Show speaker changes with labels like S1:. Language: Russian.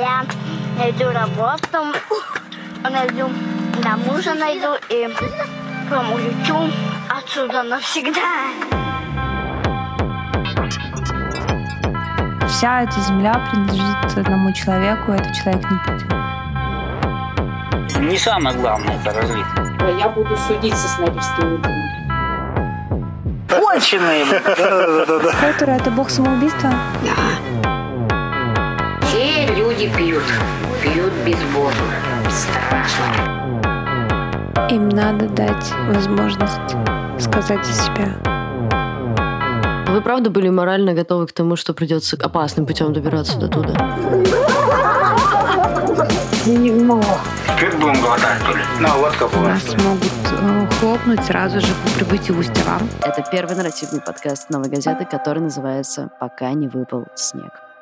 S1: Я найду работу, найду да, мужа найду и потом улечу отсюда навсегда.
S2: Вся эта земля принадлежит одному человеку, и этот человек не Путин.
S3: Не самое главное это разлив.
S4: Я буду судиться с набережными водами.
S3: Конченые. Да-да-да-да.
S2: Хейтер — это бог самоубийства.
S4: Все люди пьют. Пьют безбожно. Страшно.
S2: Им надо дать возможность сказать за себя.
S5: Вы правда были морально готовы к тому, что придется опасным путем добираться до туда?
S3: Теперь будем глотать, то ли? Ну, вот какое.
S2: Нас могут э, хлопнуть сразу же по прибытию в Устья-Вам.
S5: Это первый нарративный подкаст «Новой газеты», который называется «Пока не выпал снег».